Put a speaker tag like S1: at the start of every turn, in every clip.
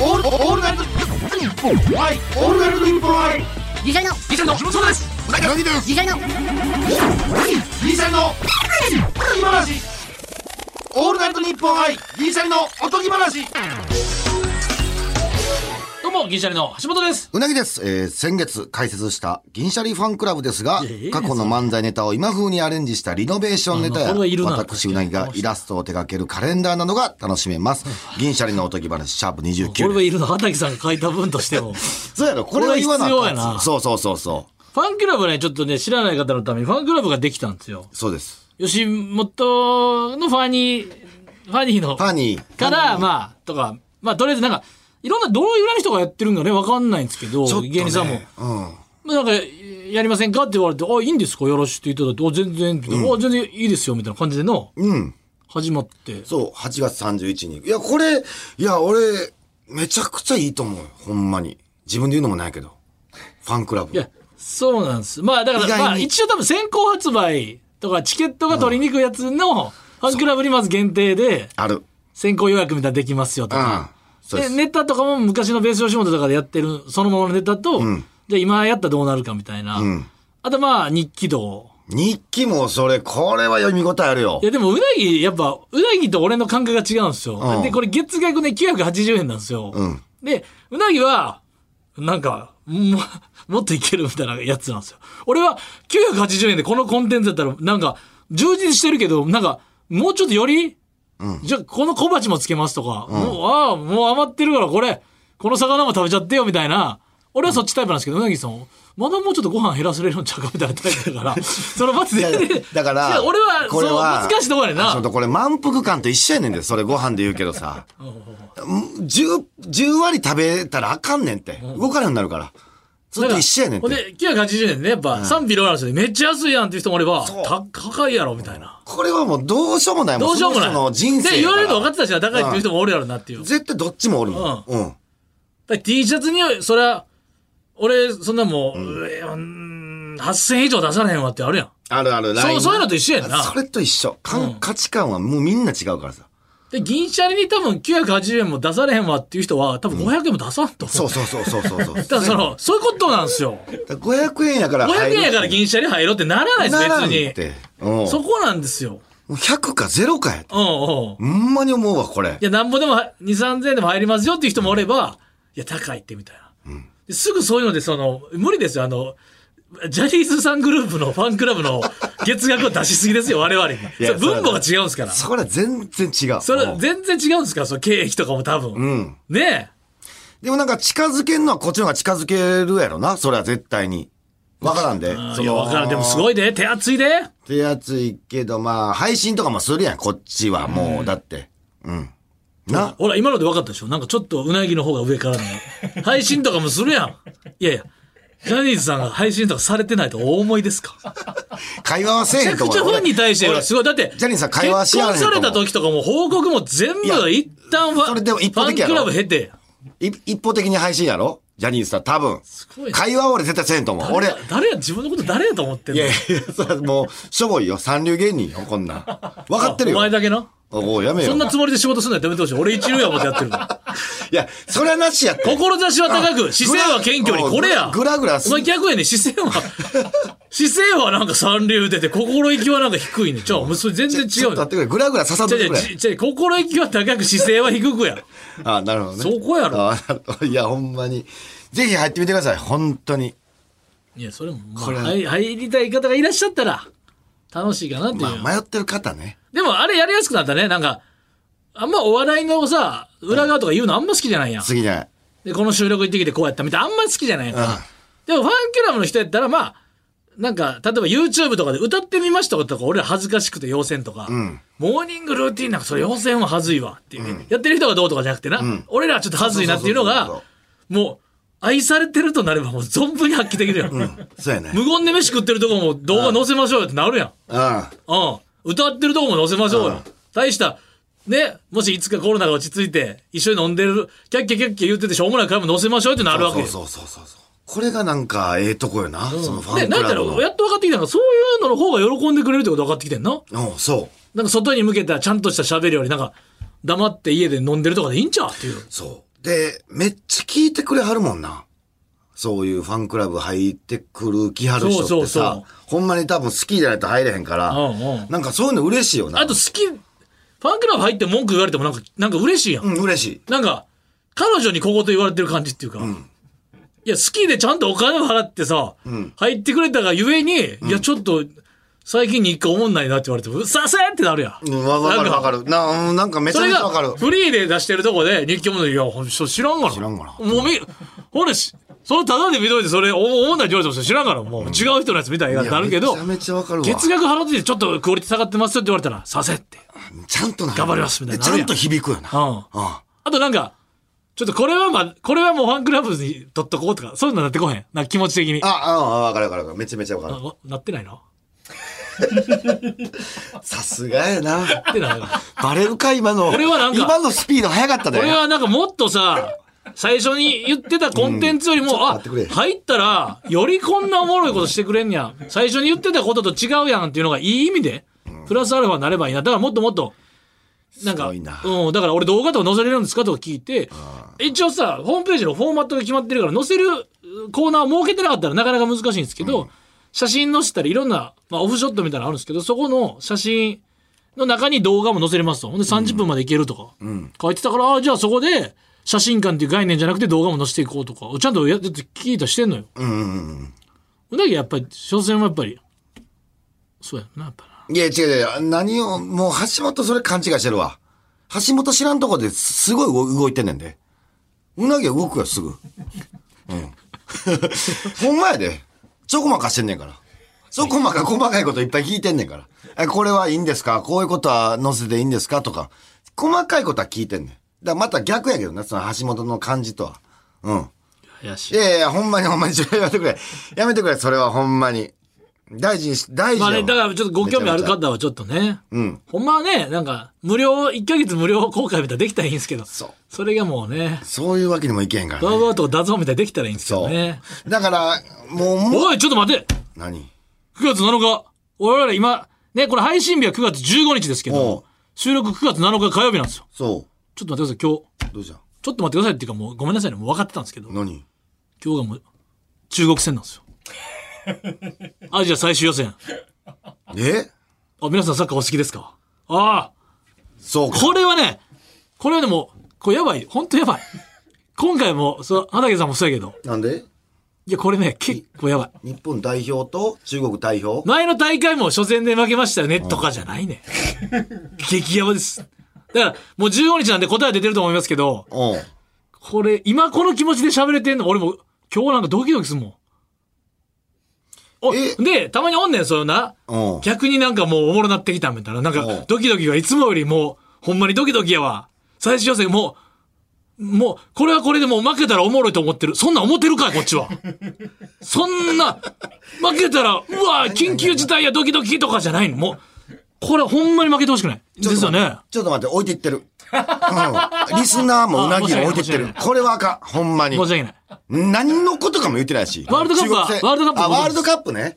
S1: オールオールナイトニッポンはいオールナイトニッポンはい
S2: ギシャリの
S1: ギシャリのそうです
S3: 何です
S2: ギシャリの
S1: ギシャリのおとぎ話オールナイトニッポン愛ギシャリのおとぎ話
S4: どうも、銀シャリの橋本です。
S3: うなぎです、えー先月開設した銀シャリファンクラブですが
S4: いや
S3: 過去の漫才ネタを今風にアレンジしたリノベーションネタ
S4: あ
S3: や
S4: これいるな
S3: 私うなぎがイラストを手掛けるカレンダーなどが楽しめます銀シャリのおとぎ話シャープ
S4: 俺
S3: 29
S4: はいるの、畑さんが書いた文としても。 フ
S3: そうやろこれは言わなあ
S4: これは
S3: かん
S4: 必要やな
S3: そうそうそうそう
S4: ァンクラブね、ちょっとね、知らない方のためにファンクラブができたんですよ。
S3: そうです
S4: 吉本のファニー、ファニーの、
S3: ファニー
S4: から、まあ、とか、まあ、とりあえずなんか、いろんな、どういう裏の人がやってるんかね、わかんないんですけど、
S3: ちょっとね
S4: 芸人さんも。
S3: うん
S4: まあなんか、やりませんかって言われて、あ、いいんですかよろしくって言ったら、あ、全然、あ、全然いいですよ、みたいな感じでの、
S3: うん
S4: 始まって。
S3: そう8月31日いやこれいや俺めちゃくちゃいいと思うよほんまに自分で言うのもないけどファンクラブ
S4: いや、そうなんです。まあ、だか
S3: 意
S4: ら、
S3: 外に
S4: まあ、一応多分先行発売とか、チケットが取りにくいやつの、ファンクラブにまず限定で、
S3: ある
S4: 先行予約みたいなのできますよと
S3: うん
S4: か。
S3: そうで
S4: で、
S3: す
S4: ネタとかも昔のベース吉本とかでやってる、そのままのネタと、じゃあ今やったらどうなるかみたいな。
S3: ん
S4: あと、まあ、日記道。
S3: 日記もそれ、これは読み応えあるよ
S4: い。や、でも、うなぎ、やっぱ、うなぎと俺の感覚が違うんですよ。
S3: うん
S4: で、これ月額ね、980円なんですよ。
S3: うん
S4: で、うなぎは、なんか、も、 もっといけるみたいなやつなんですよ。俺は、980円でこのコンテンツだったら、なんか、充実してるけど、なんか、もうちょっとより、じゃあ、この小鉢もつけますとか、もう、ああ、もう余ってるから、これ、この魚も食べちゃってよ、みたいな。俺はそっちタイプなんですけど、うなぎさん、まだもうちょっとご飯減らせれるんちゃうか、みたいなタイプだ から、その、まず
S3: いやだ か
S4: い
S3: ら、
S4: や俺は、その、難しいところやねん
S3: ちょっ
S4: な。
S3: とこれ満腹感と一緒やねんで、それご飯で言うけどさ。10、10割食べたらあかんねんって。動かなくなるから。ずっと一緒やねん
S4: ほん
S3: て。
S4: で、980円でね、やっぱ賛否両論あるんですよね。めっちゃ安いやんっていう人もおれば、
S3: そう
S4: た高いやろ、みたいな。
S3: これはもうどうしようもない。
S4: どうしようもない。
S3: その人の人生。
S4: で、言われるの分かってたしな、高いっていう人もおるやろなっていう。だか
S3: 絶対どっちもおるもん。うん。
S4: ら T シャツに、そりゃ、俺、そんなもう、うえうーん、8000円以上出されへんわってあるやん。
S3: あるある、
S4: そう、そういうのと
S3: 一
S4: 一緒やんな。
S3: それと一緒。かん価値観はもうみんな違うからさ。
S4: で、銀シャリに多分980円も出されへんわっていう人は、多分500円も出さんと思う。
S3: そうそうそうそうそうそう。だ
S4: だからその、そういうことなんですよ。
S3: 500円やから
S4: 500円やから銀シャリ入ろうってならないです、別
S3: ならんっ
S4: に。
S3: て。うん。
S4: そこなんですよ。
S3: もう100か0かやって。
S4: うんうん。
S3: ほんまに思うわ、これ
S4: い。や、なんぼでもは2、3000円でも入りますよっていう人もおれば、いや、高いってみたいな。ですぐそういうので、その、無理ですよ。あの、ジャニーズさんグループのファンクラブ の月額を出しすぎですよ、我々に。そ
S3: や
S4: れ分母が違うんですから。
S3: それは全然違う。
S4: それ
S3: う、ん
S4: 全然違うんですから、その経費とかも多分。
S3: ん
S4: ね
S3: でもなんか近づけんのはこっちの方が近づけるやろな。それは絶対に。わからんで。
S4: え。いや、わからん。でもす
S3: い。
S4: ごいで、手厚いで。
S3: 手厚いけど、まあ、配信とかもするやん、こっちは。もう、だって。うん。な。
S4: ほら、今ので分かったでしょなんかちょっとうなぎの方が上から の。配信とかもするやん。いやいや。ジャニーズさんが配信とかされてないとお思いですか
S3: 会話はせえへ
S4: めちゃ
S3: ん
S4: く
S3: と思
S4: ちゃ
S3: う。
S4: ファンに対して、すごい。だって、
S3: ジャニーさん会話し
S4: 結
S3: やが
S4: 婚
S3: らへんと
S4: さ
S3: 思
S4: れ
S3: う
S4: た時とかも報告も全
S3: いや
S4: 部、一旦ファ
S3: それでも一
S4: フ
S3: 方
S4: ァン
S3: 的や
S4: ク
S3: ろ
S4: ラブ経て。
S3: い一方的に配信やろジャニーズさん、多分。
S4: ごいな
S3: 会話は俺絶対せえへんと思う。俺。
S4: 誰や、自分のこと誰やと思ってん
S3: い
S4: の
S3: やいや、それはもう、しょぼいよ。三流芸人よ、こんなん。わかってる
S4: お
S3: よ。
S4: 前だけな。
S3: おおやめよ。
S4: そんなつもりで仕事するのやってやめてほしい。俺一流や思ってやってる から。
S3: いや、それはなしやって。
S4: 志は高く、姿勢は謙虚に、これや。
S3: ぐらぐらす
S4: お前逆やね、姿勢は、 姿勢はなんか三流出て、心意気はなんか低いね。ちょ、もうそれ全然
S3: ち
S4: 違
S3: ょっ
S4: う
S3: と待
S4: よ
S3: っ。てくれ。ぐらぐら刺さっ
S4: 違う
S3: て
S4: 違
S3: く
S4: う
S3: れ。
S4: ち違う、心意気は高く、姿勢は低くや。
S3: あ、なるほどね。
S4: そこやろ
S3: あなるほどいや、ほんまに。ぜひ入ってみてください。本当に。
S4: いや、それも、まあ
S3: これ
S4: 入入りたい方がいらっしゃったら、楽しいかなっていう。
S3: まあ、迷ってる方ね。
S4: でも、あれやりやすくなったね。なんか、あんまお笑いのさ、裏側とか言うのあんま好きじゃないやん。
S3: 次じゃない。
S4: で、この収録行ってきてこうやったみたいな、あんま好きじゃないから。でも、ファンクラブの人やったら、まあ、なんか、例えば YouTube とかで歌ってみましたとか、俺ら恥ずかしくて要請とか、モーニングルーティンなんか、それ要請は恥ずいわっていう、やってる人がどうとかじゃなくてな、俺らはちょっと恥ずいなっていうの
S3: そうそうそう
S4: が、もう、愛されてるとなればもう存分に発揮できるやん。
S3: そうやね。
S4: 無言で飯食ってるとこも動画載せましょうよってなるやん。
S3: うん。
S4: うん。歌ってるとこも載せましょうよ。大した、ね、もしいつかコロナが落ち着いて、一緒に飲んでる、キャッキャキャッキャ言っててしょうもない会も載せましょうよってなるわけ
S3: そ
S4: よ
S3: う。そうそうそうそう。これがなんか、ええとこよな。そのファ
S4: で、
S3: ンク
S4: なん
S3: ラ
S4: だ
S3: ブ
S4: ろ
S3: の
S4: う、。やっと分かってきたのが、そういうのの方が喜んでくれるってこと分かってきてんな。
S3: うん、そう。
S4: なんか外に向けたちゃんとした喋りより、なんか、黙って家で飲んでるとかでいいんちゃうっていう。
S3: そう。で、めっちゃ聞いてくれはるもんな。そういうファンクラブ入ってくる気はる人ってさ、
S4: そうそうそう
S3: ほんまに多分好きじゃないと入れへんから、
S4: うんうん
S3: なんかそういうの嬉しいよな。
S4: あと好き、ファンクラブ入って文句言われてもなんか、なんか嬉しいやん。
S3: うん、嬉しい。
S4: なんか、彼女に小言言われてる感じっていうか、いや、好きでちゃんとお金を払ってさ、入ってくれたがゆえに、いや、ちょっと、最近に一回思んないなって言われても、させってなるやん。
S3: うんわわか
S4: な
S3: る
S4: ん
S3: わかる。な、うんなんかめち
S4: そ
S3: ゃ
S4: れ
S3: めちゃわ
S4: が
S3: かる、。
S4: フリーで出してるとこで、日記もの、いや、ほんと知らんがな。
S3: 知らんがな
S4: もうみ、ほらし、そのただで見といて、それ、お思んない上司も知らんがな。もう、違う人のやつみたいな映画になるけど
S3: いや、めちゃめちゃわかるわ。
S4: 月額払ってて、ちょっとクオリティ下がってますよって言われたら、させって。
S3: ちゃんとなる
S4: 頑張りますみたいな
S3: ちゃんと響くよな。
S4: うん。
S3: あ
S4: あとなんか、ちょっとこれはまあ、これはもうファンクラブに取っとこうとか、そういうのなってこへん。なんか気持ち的に。
S3: あ、あ、わかるわかるわかる。めちゃめちゃわかる。
S4: あなってないな。
S3: さすがやな。
S4: なってないな。
S3: バレるか、今の。
S4: 俺はなんか
S3: 今のスピード早かったで。
S4: これはなんかもっとさ、最初に言ってたコンテンツよりも、
S3: と
S4: あ
S3: 待ってくれ、
S4: 入ったら、よりこんなおもろいことしてくれんやん。最初に言ってたことと違うやんっていうのがいい意味で、プラスアルファになればいいな。だからもっともっと、なん
S3: す
S4: か、
S3: ごいな
S4: うん、だから俺動画とか載せれるんですかとか聞いて、一応さ、ホームページのフォーマットが決まってるから、載せるうコーナーを設けてなかったらなかなか難しいんですけど、写真載せたりいろんな、まあオフショットみたいなのあるんですけど、そこの写真、の中に動画も載せれますと。ほんで30分までいけるとか。書いてたから、あじゃあそこで写真館っていう概念じゃなくて動画も載せていこうとか。ちゃんとやってて聞いたりしてんのよ。
S3: うんうんうん。
S4: うなぎはやっぱり、所詮はやっぱり、そうやんな、やっぱな。
S3: いや、違う違う。何を、もう橋本それ勘違いしてるわ。橋本知らんとこですごい動動いてんねんで。うなぎは動くよ、すぐ。うん。 ほんまやで。ちょこまかしてんねんから。そこまか細かいこといっぱい聞いてんねんから。え、これはいいんですかこういうことは載せていいんですかとか。細かいことは聞いてんねん。だからまた逆やけどな、その橋本の感じとは。うん。
S4: 怪し
S3: いやいや、ほんまにほんまに、ちょやめてくれ。やめてくれ、それはほんまに。大事にし、大事
S4: まあね、
S3: よ
S4: だからちょっとご興味ある方はちょっとね。
S3: ん
S4: ほんまはね、なんか、無料、1ヶ月無料公開みたいなできたらいいんですけど。
S3: そう
S4: それがもうね、
S3: そういうわけにもいけへんから、
S4: バ
S3: ね。
S4: ーバーとかダゾーンみたいなできたらいいんですけど
S3: そう。
S4: ね。
S3: だから、もう、もう、
S4: おい、ちょっと待て
S3: 何
S4: !9 月7日。我々今、ね、これ配信日は9月15日ですけ
S3: お
S4: ど
S3: う、
S4: 収録9月7日火曜日なんですよ。
S3: そ
S4: ちょっと待ってください、今日。
S3: う。どうじゃん
S4: ちょっと待ってくださいっていうかもうごめんなさいね、もう分かってたんですけど、
S3: 何
S4: 今日がもう中国戦なん ですよ。アジア最終予選。
S3: え
S4: あ、皆さんサッカーお好きですかああ、
S3: そうか。
S4: これはね、これはでも、これやばい、ほんとやばい。今回も、そう、畑さんもそうやけど、
S3: なんで
S4: いや、これね、結構やばい。
S3: 日本代表と中国代表
S4: 前の大会も初戦で負けましたよね、とかじゃないね。激ヤバです。だから、もう15日なんで答えは出てると思いますけど、
S3: うん。
S4: これ、今この気持ちで喋れてんの、俺も、今日なんかドキドキするもん。お
S3: え
S4: で、たまにおんねん、そうな。
S3: うん。
S4: 逆になんかもうおもろなってきたみたいな。なん
S3: お
S4: か
S3: う、
S4: ドキドキがいつもよりもう、ほんまにドキドキやわ。最終予選もう、もう、これはこれでもう負けたらおもろいと思ってる。そんなん思ってるかい、こっち は。そんな、負けたら、うわ緊急事態やドキドキとかじゃないの。もう、これほんまに負けてほしくない。
S3: ちょっ
S4: です
S3: と
S4: よ
S3: 待って
S4: ね。
S3: ちょっと待って、置いていってる。うん。リスナーもうなぎも置いて
S4: あ
S3: いって
S4: 申し訳ない申し訳
S3: る。
S4: ない
S3: これはあかん。ほんまに
S4: 申し。訳ない。
S3: 何のことかも言ってないし。
S4: ワールドカップは
S3: 中国戦
S4: ワールドカップ
S3: あ、ワールドカップね。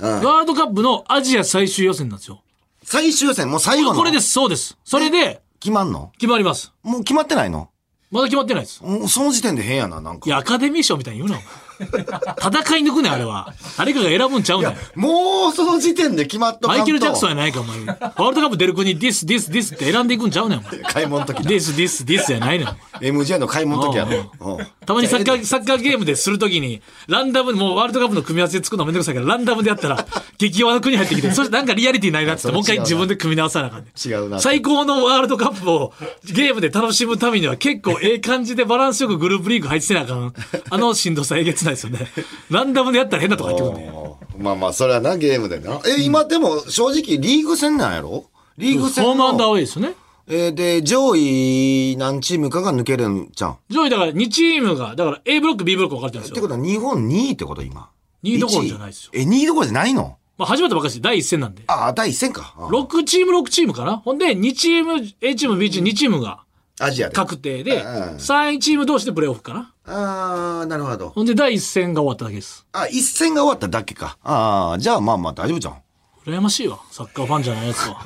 S4: ワールドカップのアジア最終予選なんですよ。
S3: 最終予選、もう最後の。
S4: これです、そうです。それで、
S3: 決まんの
S4: 決まります。
S3: もう決まってないの
S4: まだ決まってないです。
S3: もうその時点で変やな、なんか。
S4: いや、アカデミー賞みたいに言うな、お前戦い抜くねん、あれは。誰かが選ぶんちゃうねん。
S3: もうその時点で決まっとかん
S4: マ
S3: と
S4: イケル・ジャクソンやないか、お前。ワールドカップ出る国、ディス、ディス、ディスって選んでいくんちゃうねん、お前。
S3: 買い物の時だ
S4: ディス、ディス、ディスやないねん。
S3: MJ の買い物の時やろ。
S4: お
S3: うん
S4: たまにサッカー、サッカーゲームでするときに、ランダム、もうワールドカップの組み合わせ作るのめんどくさいから、ランダムでやったら、激弱の国入ってき て、そしてなんかリアリティないなっつって、もう一回自分で組み直さなあかんねん。
S3: 違うな。
S4: 最高のワールドカップをゲームで楽しむためには結構ええ感じでバランスよくグループリーグ入ってせなあか ん。あのしんどさえげつないですよね。ランダムでやったら変なとこ入ってくるね。
S3: うんまあまあ、それはな、ゲームでな。え、今でも正直リーグ戦なんやろリーグ
S4: ホー
S3: 戦
S4: ムアンダー
S3: の。
S4: ウェイですよね。
S3: えーで、上位何チームかが抜けるんじゃん。っ
S4: 上位だから2チームが、だから A ブロック、B ブロック分かれてるんです
S3: て
S4: よ
S3: こ。とは日本2位ってこと今。
S4: 2位どころじゃないですよ。
S3: 一位え、2位どころじゃないの
S4: まあ始まったばっかりです第1戦なんで。
S3: ああ、第1戦か。うん
S4: 6チーム、6チームかな。ほんで2チーム、A チーム、B チーム、2チームが
S3: アジアで。
S4: 確定で、
S3: うん
S4: 3位チーム同士でプレーオフかな。
S3: ああ、なるほど。
S4: ほんで第1戦が終わっただけです。
S3: あ、1戦が終わっただけか。ああ、じゃあまあまあ大丈夫じゃん。
S4: 羨ましいわ。サッカーファンじゃないやつは。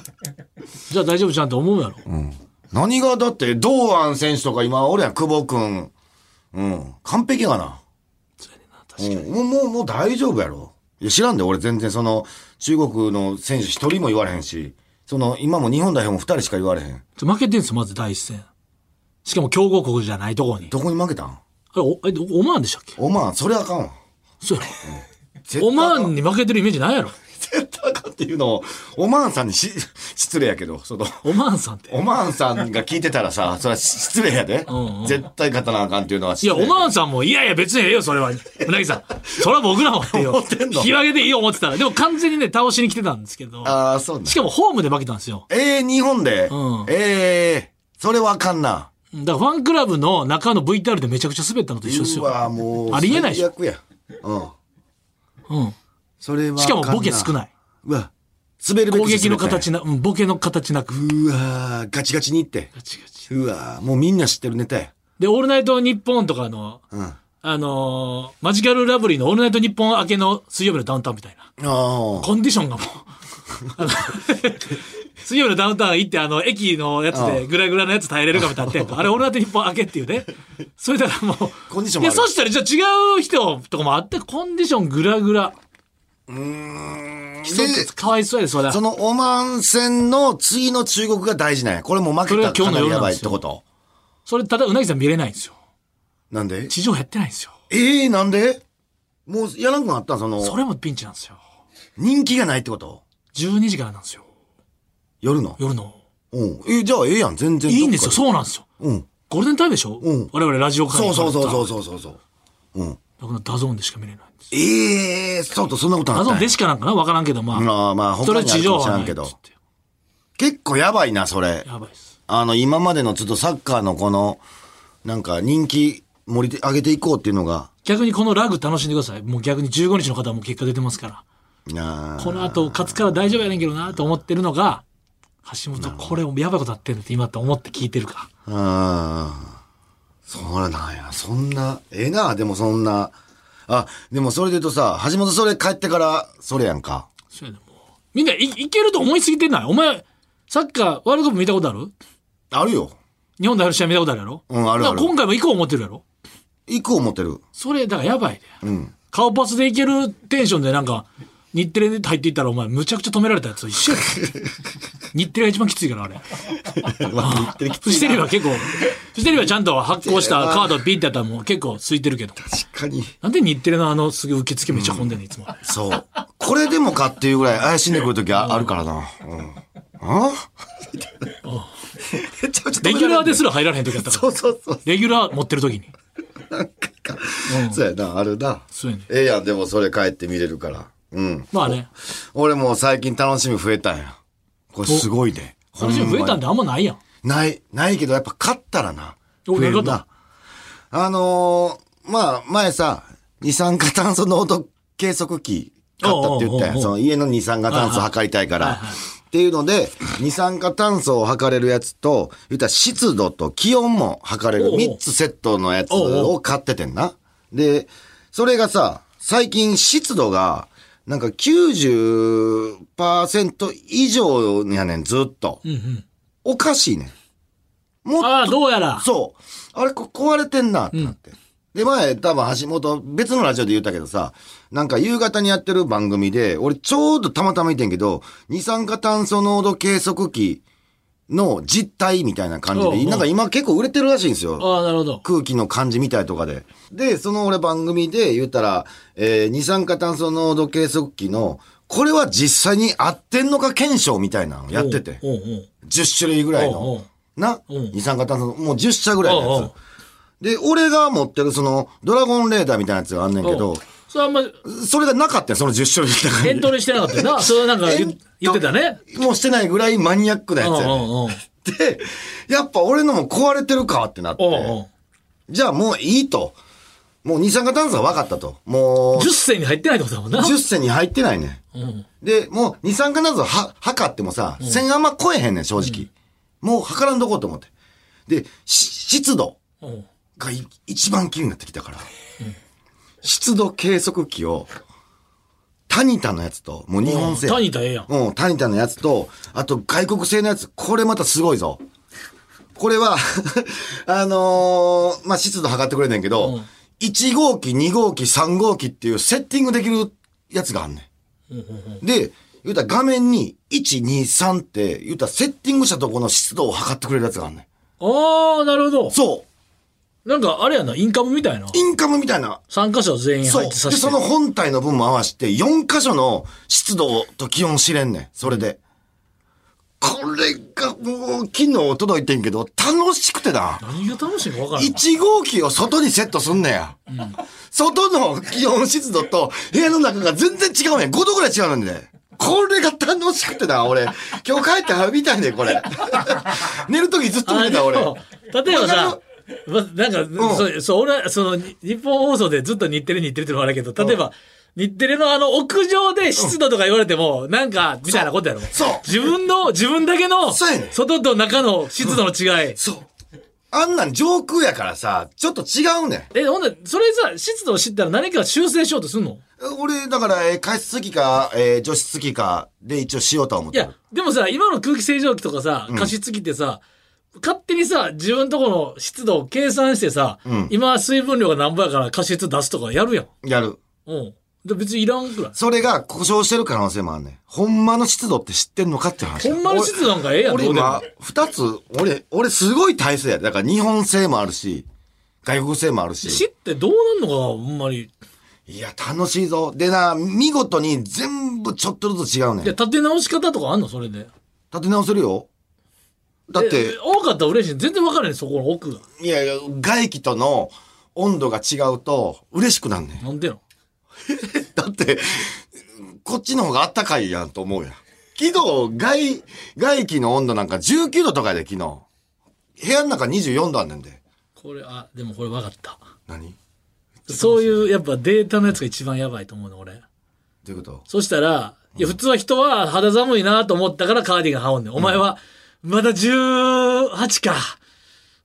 S4: じゃあ大丈夫じゃんって思うやろ。
S3: 何がだって、堂安選手とか今、俺やん、久保くん。うん。完璧やな。うん、もう、もう、もう大丈夫やろ。いや、知らんで、俺全然その、中国の選手一人も言われへんし、その、今も日本代表も二人しか言われへん。
S4: ちょ負けてんすよ、まず第一戦。しかも強豪国じゃないとこに。
S3: どこに負けたん
S4: あれおえどオマーンでしたっけ
S3: オマーン、それあかんわ。
S4: そうやろ
S3: 絶対
S4: オマ
S3: あか
S4: ー
S3: ん
S4: ンに負けてるイメージないやろ。
S3: 絶対あかんっていうのを、オマーンさんにし、失礼やけど、その、
S4: オマーンさんって。
S3: オマーンさんが聞いてたらさ、それは失礼やで。
S4: んうん
S3: 絶対勝たなあかんっていうのは失
S4: いや、
S3: 礼。
S4: オマーンさんも、いやいや、別にええよ、それは。うなぎ さん。それは僕らもええよ。
S3: 思ってんの
S4: 引き分けでいいよ、思ってたら。でも完全にね、倒しに来てたんですけど。
S3: ああ、そうね
S4: し。かもホームで負けたんですよ。
S3: ええ日本で。
S4: うん
S3: ええそれはあかんな。
S4: だからファンクラブの中の VTR でめちゃくちゃ滑ったのと一緒です
S3: う
S4: よ。
S3: わ、もう。
S4: ありえないでし
S3: 最
S4: ょ
S3: 悪や。うん。
S4: うん。
S3: それは
S4: しかもボケ少ない
S3: い。。うわ、滑るべ
S4: 攻
S3: き
S4: 撃の形な、うん、ボケの形なく。
S3: うわガチガチにいって。うわもうみんな知ってるネタや。
S4: で、オールナイトニッポンとかの、
S3: うん。あ
S4: あのーマジカルラブリーのオールナイトニッポン明けの水曜日のダウンタウンみたいな。
S3: あ。
S4: コンディションがもう。 あの水曜日のダウンタウン行って、あの、駅のやつで、ぐらぐらのやつ耐えれるかみたいなってんか。あれ、俺だって日本開けっていうね。それだからもう。
S3: コンディション
S4: い
S3: もあ
S4: や、
S3: る
S4: そしたら、じゃあ違う人とかもあって、コンディションぐらぐら。そ
S3: で
S4: うかわいそうやで、それは。
S3: そのオマーン戦の次の中国が大事なんや。これもう負け
S4: そ
S3: たら
S4: れは今
S3: か
S4: 日
S3: な
S4: の
S3: り
S4: 夜
S3: や
S4: なん
S3: ば
S4: で
S3: いっ
S4: す
S3: て
S4: よ
S3: こと
S4: それ、ただ、うなぎさん見れないんですよ。
S3: なんで
S4: 地上やってないんですよ。
S3: ええなんでもうやらんくなったんその、
S4: それもピンチなんですよ。
S3: 人気がないってこと
S4: 12時からなんですよ。
S3: 夜の。
S4: 夜の。
S3: うん。え、じゃあええやん、全然。
S4: いいんですよ、そうなんですよ。
S3: うん。
S4: ゴールデンタイムでしょ
S3: うん
S4: 我々ラジオ会
S3: そうそうそうそう
S4: う。
S3: そうそうそう。うん。
S4: だから、ダゾーンでしか見れないんです。
S3: ええそうと、そんなことな
S4: ダ
S3: っ
S4: ゾーン
S3: たんや
S4: でしかなんかなわからんけど、まあ。
S3: まあまあ
S4: それは
S3: 他にあ
S4: 地
S3: るか
S4: 上
S3: もし
S4: は
S3: ら
S4: ないっ
S3: ん
S4: つ
S3: け
S4: っ
S3: ど
S4: て。
S3: 結構やばいな、それ。
S4: やばいです。
S3: あの、今までのちょっとサッカーのこの、なんか人気盛り上げていこうっていうのが、
S4: 逆にこのラグ楽しんでください。もう逆に15日の方はもう結果出てますから。
S3: な
S4: この後勝つから大丈夫やねんけどなと思ってるのが、橋本これやばいことなってんのって今って思って聞いてるか
S3: あーそうなんや。そんな、ええな、でもそんな。あ、でもそれで言うとさ、橋本それ帰ってから、それやんか。
S4: ら。そうやねもう。みんないいけると思いすぎてないお前、サッカーワールドカップ見たことある
S3: あるよ。
S4: 日本である試合見たことあるやろ
S3: うんあるある
S4: だから今回も行こう思ってるやろ
S3: 行く思っ てる。
S4: それ、だからやばいで。顔パスでいけるテンションでなんか、日テレで入っていったらお前むちゃくちゃ止められたやつと一緒 やで日テレが一番きついからあれ。フジテレビは結構、フジテレビはちゃんと発行したカードピッてやったらもう結構空いてるけど。
S3: 確かに。
S4: なんで日テレのあの、すぐ受付めっちゃ混んでんの、いつ も。
S3: そう。これでもかっていうぐらい怪しんでくるときああるからな。うん。 あ
S4: レ
S3: めちゃめちゃ止められんね
S4: ギュラーですら入られへん時あったか
S3: そ
S4: ら
S3: う。そうそう。
S4: レギュラー持ってる時に。
S3: そうやな、あるな。
S4: そうやね
S3: ええやん、でもそれ帰って見れるから。うん。
S4: まあね、
S3: 俺もう最近楽しみ増えたんや。これすごいね。
S4: 楽しみ増えたんで
S3: だ。
S4: あんまないやん。
S3: ない、ないけどやっぱ勝ったらな。
S4: お
S3: 増える
S4: なる
S3: な。あのー、まあ、前さ、二酸化炭素濃度計測器買ったって言ったや。
S4: おうおうおうおうん
S3: その家の二酸化炭素測りたいから。っていうので、二酸化炭素を測れるやつと、言ったら湿度と気温も測れ
S4: おうお
S3: る
S4: う
S3: 三つセットのやつを買っててんな。で、それがさ、最近湿度が、なんか90%以上やねん、ずっと。おかしいねん。もっと
S4: ああ、どうやら。
S3: そう。あれ、こ壊れてんなってなって。で、前、多分橋本、別のラジオで言ったけどさ、なんか夕方にやってる番組で、俺ちょうどたまたまいてんけど、二酸化炭素濃度計測器の実態みたいな感じ
S4: おうお
S3: で、
S4: う
S3: なんか今結構売れてるらしいんですよ。
S4: ああ、なるほど。
S3: 空気の感じみたいとかで。で、その俺番組で言ったら、えー二酸化炭素濃度計測器の、これは実際に合ってんのか検証みたいなのやってて。
S4: おうおう
S3: 10種類ぐらい
S4: おうお
S3: の
S4: う。
S3: な
S4: うん
S3: 二酸化炭素、もう10社ぐらいの
S4: おう
S3: やつ。で、俺が持ってるその、ドラゴンレーダーみたいなやつがあんねんけ
S4: お
S3: ど
S4: う、それはあんま、
S3: それがなかったよ、その10種類の中
S4: エントリーしてなかった よな。それなんか
S3: エン
S4: 言言
S3: ト
S4: ってたね。
S3: に。もうしてないぐらいマニアックなや
S4: うん
S3: つやねん。
S4: うんうん。
S3: で、やっぱ俺のも壊れてるかってなっ
S4: おうお
S3: て、じゃあもういいと。もう二酸化炭素は分かったと。も
S4: う
S3: う、
S4: 10選に入ってないってことだもんな。
S3: 10銭に入ってないねん。
S4: うん
S3: で、もう二酸化炭素は、測ってもさ、1000あんま超えへんねん、正直。もう測らんとこうと思って。で、し湿度。
S4: うん
S3: がい一番気になってきたから、湿度計測器を、タニタのやつと、もう日本製。
S4: タニタええやん。
S3: うん、タニタのやつと、あと外国製のやつ、これまたすごいぞ。これは、 あのーまあ、湿度測ってくれんねんけど、
S4: うん
S3: 1号機、2号機、3号機っていうセッティングできるやつがあんねん。で、言うたら画面に1、2、3って、言うたらセッティングしたとこの湿度を測ってくれるやつがあんねん。
S4: ああ、なるほど。
S3: そ
S4: なんかあれやな、インカムみたいな
S3: う。。インカムみたいな。
S4: 参加者全員
S3: そう。
S4: 入っ
S3: で、
S4: てさせて。
S3: その本体の分も合わせて、4箇所の湿度と気温知れんねん。それで。これが、もう、昨日届いてんけど、楽しくてな。
S4: 何が楽しいか分からんない。
S3: 1号機を外にセットすんねや。外の気温湿度と部屋の中が全然違うねん。5度ぐらい違うねんで。これが楽しくてな、俺。今日帰って浴びたいねん、これ。寝るときずっと
S4: あ
S3: 寝て
S4: で
S3: た、俺。
S4: も例えば
S3: わ
S4: さ
S3: か、
S4: ま、なんか、そう、そう、俺は、その、に日本放送でずっと日テレ日テレってのもあるけど、例えば、日テレのあの屋上で湿度とか言われても、なんか、みたいなことやろ。
S3: そう
S4: 自分の、自分だけの、
S3: そうやねん
S4: 外と中の湿度の違い。
S3: そう。あんなん上空やからさ、ちょっと違うねん。
S4: え、ほんで、それさ、湿度を知ったら何か修正しようとすんの
S3: 俺、だから、えー、加湿器か、えー、除湿器かで一応しようとは思っ
S4: い
S3: てる
S4: や。、でもさ、今の空気清浄機とかさ、加湿器ってさ、勝手にさ、自分とこの湿度を計算してさ、今水分量が何ぼやから加湿出すとかやるやん。
S3: やる。
S4: うん。で別にいらんく らい。
S3: それが故障してる可能性もあんねん。ほんまの湿度って知ってんのかっていう話。
S4: ほんまの湿度なんかええやん、
S3: 俺
S4: どうでも
S3: 今。、二つ、俺、俺すごい体制やで。だから日本製もあるし、外国製もある
S4: 死
S3: し。
S4: ってどうなんのか、ほんまに。
S3: いや、楽しいぞ。でな、見事に全部ちょっとずつ違うねん。
S4: で、
S3: 立
S4: 立て直し方とかあんのそれで。
S3: て直せるよ。だっ
S4: え
S3: て、
S4: 多かったら嬉しい。全然分からへん、そこの奥が。
S3: いやいや、外気との温度が違うと嬉しくなんねん。
S4: なんでの
S3: だって、こっちの方があったかいやんと思うやん。昨日、外、外気の温度なんか19度とかやで、昨日。部屋の中24度あんねんで。
S4: これ、あ、でもこれ分かった。
S3: 何
S4: そういう、やっぱデータのやつが一番やばいと思うの、俺。
S3: どういうこと
S4: そしたら、いや、普通は人は肌寒いなと思ったからカーディガン羽織んねん。お前は、まだ18か。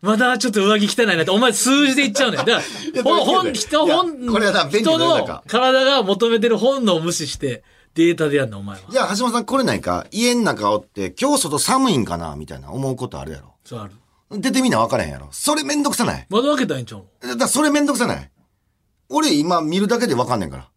S4: まだちょっと上着汚いなって、お前数字で言っちゃうねん。だから、
S3: どうい
S4: 本、
S3: うこと
S4: 本、人、
S3: いや
S4: 本、
S3: これはな便利な
S4: 人
S3: 世の中
S4: の体が求めてる本能を無視して、データでやんの、お前は。
S3: じゃあ、橋本さん来れないか家の中おって、今日外寒いんかなみたいな思うことあるやろ。
S4: そうある。
S3: 出てみな分からへんやろ。それめんどくさない
S4: 窓開けたらいいんちゃうの
S3: だからそれめんどくさない俺今見るだけで分かんねんから。